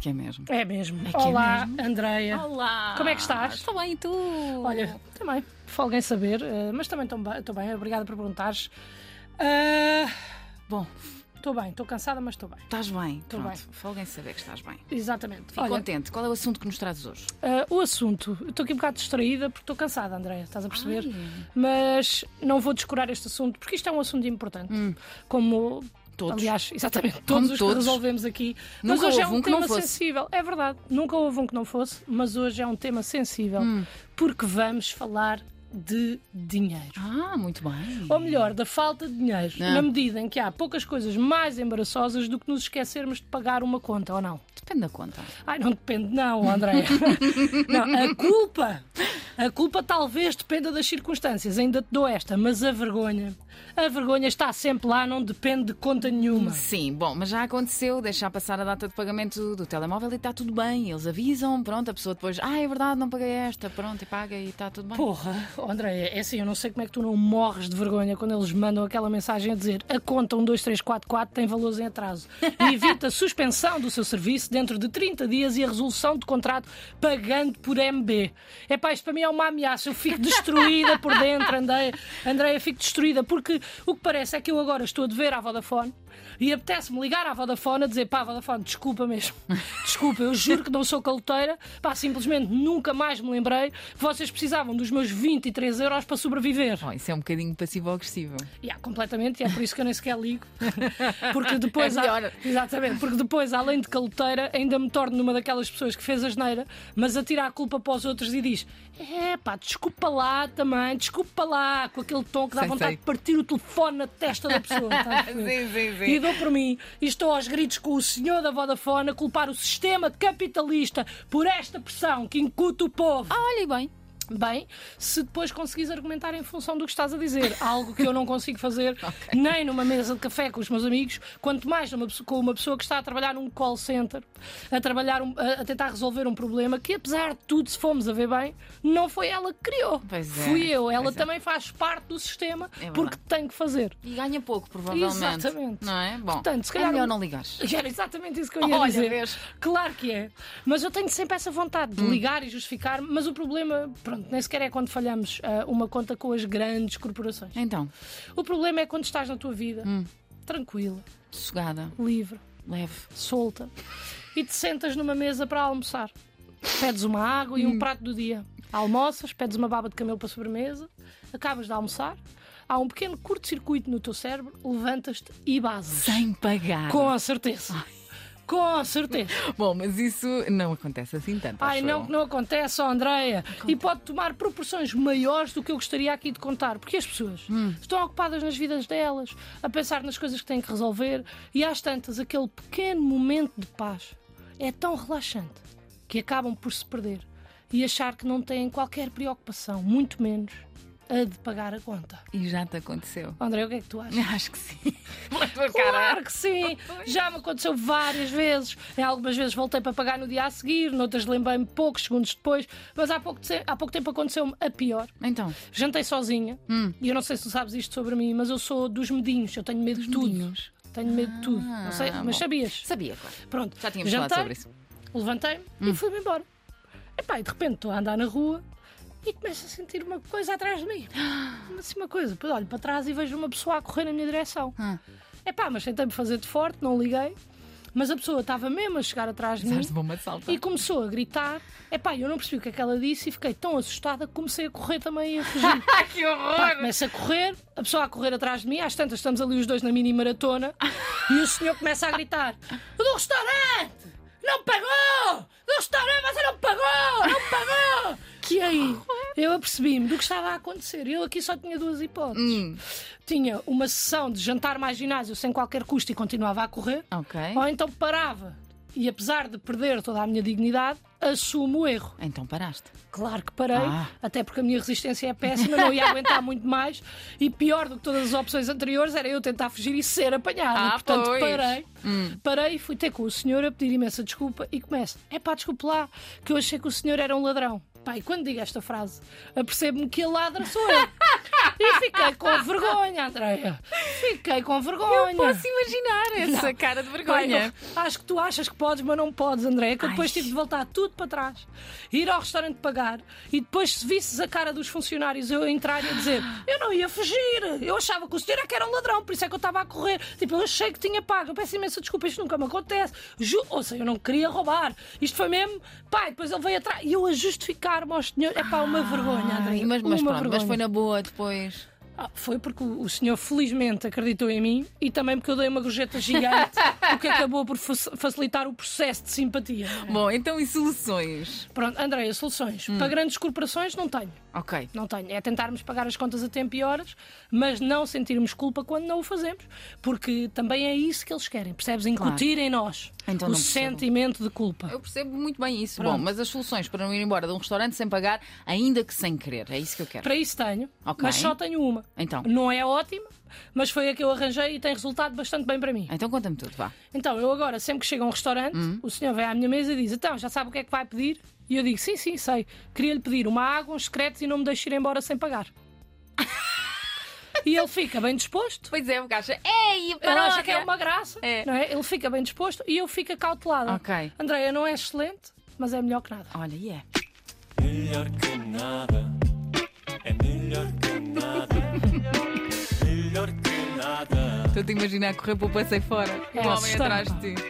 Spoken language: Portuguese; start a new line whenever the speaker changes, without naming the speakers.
que é mesmo.
É mesmo.
É que é
Olá,
mesmo.
Andreia.
Olá!
Como é que estás?
Estou bem, e tu?
Olha, também, folguem saber, eh, mas também estou bem, estou bem, obrigada por perguntares. Ah,
Bom,
Estou bem, estou cansada, mas estou bem.
estás bem.
Tô
Pronto,
bem.
folguem saber que estás bem.
Exatamente.
Fico
Olha,
contente. Qual é o assunto que nos trazes hoje?
ah, o assunto, eu estou aqui um bocado distraída porque estou cansada, Andréia, estás a perceber? Mas não vou descurar este assunto porque isto é um assunto importante. Como.
Todos.
Aliás, exatamente,
Hum. Como
todos os
todos.
que resolvemos aqui. mas
Nunca
hoje é
houve
um,
um que
tema
não fosse.
sensível. É verdade, nunca houve um que não fosse, mas hoje é um tema sensível
Hum.
porque vamos falar de dinheiro.
Ah, muito bem.
Ou melhor, da falta de dinheiro,
Não.
na medida em que há poucas coisas mais embaraçosas do que nos esquecermos de pagar uma conta, ou não?
Depende da conta.
Ai, não depende, não, André. não, a culpa, a culpa talvez dependa das circunstâncias, ainda te dou esta, mas a vergonha, a vergonha está sempre lá, não depende de conta nenhuma.
Sim, bom, mas já aconteceu deixar passar a data de pagamento do telemóvel e está tudo bem. Eles avisam, pronto, a pessoa depois, ah, é verdade, não paguei esta, pronto, e paga e está tudo bem.
Porra, André, é assim, eu não sei como é que tu não morres de vergonha quando eles mandam aquela mensagem a dizer a conta 12344 tem valores em atraso. E evita a suspensão do seu serviço dentro de 30 dias e a resolução de contrato pagando por MB. É pá, isto para mim é uma ameaça. Eu fico destruída por dentro, André. Andréia, fico destruída porque o que parece é que eu agora estou a dever à Vodafone e apetece-me ligar à Vodafone a dizer pá, Vodafone, desculpa mesmo. Desculpa, eu juro que não sou caloteira. Pá, simplesmente nunca mais me lembrei que vocês precisavam dos meus 23 euros para sobreviver.
Oh, isso é um bocadinho passivo-agressivo.
E há completamente, e é por isso que eu nem sequer ligo. Porque depois.
É
há-
melhor.
exatamente, porque depois, além de caloteira, ainda me torno numa daquelas pessoas que fez a geneira, mas atira a culpa para os outros e diz: é pá, desculpa lá também, desculpa lá, com aquele tom que dá
Sei,
vontade
sei.
de partir o telefone na testa da pessoa. tá a perceber?
sim,
E dou por mim, e estou aos gritos com o senhor da Vodafone a culpar o sistema capitalista por esta pressão que incuta o povo.
Ah, olha e bem.
Bem, se depois conseguires argumentar em função do que estás a dizer, algo que eu não consigo fazer nem numa mesa de café com os meus amigos, quanto mais numa pesso- com uma pessoa que está a trabalhar num call center, a trabalhar um- a, a tentar resolver um problema que, apesar de tudo, se formos a ver bem, não foi ela que criou.
Pois é,
Fui eu. Ela
pois é.
também faz parte do sistema
É verdade.
porque tem que fazer.
E ganha pouco, provavelmente.
Exatamente.
Não é? Bom,
Portanto, se
é
calhar
melhor
um-
não ligares.
E Era exatamente isso que eu ia
Olha,
dizer.
vês? Hum.
Claro que é. Mas eu tenho sempre essa vontade de ligar e justificar, mas o problema, pronto, nem sequer é quando falhamos ah, uma conta com as grandes corporações.
Então,
O problema é quando estás na tua vida,
Hum.
tranquila,
sossegada,
livre,
leve.
solta, e te sentas numa mesa para almoçar. Pedes uma água
Hum.
e um prato do dia. Almoças, pedes uma baba de camelo para sobremesa, acabas de almoçar, há um pequeno curto-circuito no teu cérebro, levantas-te e bases.
Sem pagar.
Com a certeza. Com a certeza.
Bom, mas isso não acontece assim tanto.
Ai,
acho
não,
eu.
que não acontece, ó Andreia. E pode tomar proporções maiores do que eu gostaria aqui de contar. Porque as pessoas estão ocupadas nas vidas delas, a pensar nas coisas que têm que resolver. E às tantas, aquele pequeno momento de paz é tão relaxante que acabam por se perder e achar que não têm qualquer preocupação, muito menos a de pagar a conta.
E já te aconteceu.
André, o que é que tu achas?
Acho que sim. Pela tua cara.
Claro que sim! Já me aconteceu várias vezes. Em algumas vezes voltei para pagar no dia a seguir, noutras lembrei-me poucos segundos depois, mas há pouco, te- há pouco tempo aconteceu-me a pior.
Então,
Jantei sozinha,
Hum.
e eu não sei se tu sabes isto sobre mim, mas eu sou dos medinhos, eu tenho medo de tudo.
medinhos?
Tenho medo de tudo.
Ah,
não sei,
bom.
mas sabias?
sabia, claro.
Pronto,
Já tínhamos
jantei,
falado sobre isso. Hum.
Levantei-me e fui-me embora. Epá, e de repente estou a andar na rua e começo a sentir uma coisa atrás de mim. Assim, uma coisa. Depois olho para trás e vejo uma pessoa a correr na minha direção.
Ah.
Epá, mas tentei-me fazer de forte, não liguei. Mas a pessoa estava mesmo a chegar atrás de mim
Pensaste bomba de salto.
e começou a gritar. Epá, eu não percebi o que é que ela disse e fiquei tão assustada que comecei a correr também e a fugir.
que
Pá,
horror!
começa a correr, a pessoa a correr atrás de mim, às tantas estamos ali os dois na mini maratona e o senhor começa a gritar: do restaurante! Não pagou! Do restaurante você não pagou! Não pagou! Que aí eu apercebi-me do que estava a acontecer. Eu aqui só tinha duas hipóteses. Tinha uma sessão de jantar mais ginásio sem qualquer custo e continuava a correr,
Ah, Ok.
ou então parava e, apesar de perder toda a minha dignidade, assumo o erro.
Então paraste.
Claro que parei,
Ah.
até porque a minha resistência é péssima, não ia aguentar muito mais. E pior do que todas as opções anteriores era eu tentar fugir e ser apanhada.
Ah,
Portanto,
pois. Hum.
parei. Parei e fui ter com o senhor a pedir imensa desculpa e começo. É pá, desculpe lá, que eu achei que o senhor era um ladrão. Pá, e quando digo esta frase, apercebo-me que a ladra sou eu. E fiquei com vergonha, Andréia. Fiquei com vergonha.
Eu posso imaginar essa cara de
Pai,
vergonha.
eu- acho que tu achas que podes, mas não podes, André. Que eu depois
Ai.
tive de voltar tudo para trás, ir ao restaurante pagar e depois, se visses a cara dos funcionários, eu entrar e a dizer: Eu não ia fugir, eu achava que o senhor é que era um ladrão, por isso é que eu estava a correr. Tipo, eu achei que tinha pago, eu peço imensa desculpa, isto nunca me acontece. Ju ou seja, eu não queria roubar. Isto foi mesmo, pai, depois ele veio atrás e eu a justificar-me aos senhores. É pá, uma vergonha, André.
Ai, Ah, mas, mas pronto,
uma
mas
vergonha.
foi na boa depois.
Ah, foi porque o o senhor felizmente acreditou em mim e também porque eu dei uma gorjeta gigante, o que acabou por fa- facilitar o processo de simpatia.
Bom, então e soluções?
Pronto, Andréia, soluções.
Hum.
Para grandes corporações não tenho.
Ok.
Não tenho. É tentarmos pagar as contas a tempo e horas, mas não sentirmos culpa quando não o fazemos, porque também é isso que eles querem, percebes? Incutir em nós
Então
o
não percebo.
sentimento de culpa.
Eu percebo muito bem isso.
Pronto.
Bom, mas as soluções para não ir embora de um restaurante sem pagar, ainda que sem querer, é isso que eu quero.
Para isso tenho,
Ok.
mas só tenho uma.
Então.
Não é ótima, mas foi a que eu arranjei e tem resultado bastante bem para mim.
Então conta-me tudo, vá.
Então, eu agora, sempre que chego a um restaurante, o senhor vem à minha mesa e diz: Então, já sabe o que é que vai pedir? E eu digo: Sim, sim, sei. Queria-lhe pedir uma água, uns secretos e não me deixe ir embora sem pagar. e ele fica bem disposto.
Pois é, o gajo. Ei,
Ele acha que é uma graça,
É.
não é? Ele fica bem disposto e eu fico acautelada.
Ok.
Andréia não é excelente, mas é melhor que nada.
Olha, e é.
Melhor que nada. É melhor que nada. melhor que nada.
Estou-te a imaginar correr para o passeio fora.
É
o homem
assustante,
atrás
pá.
de ti.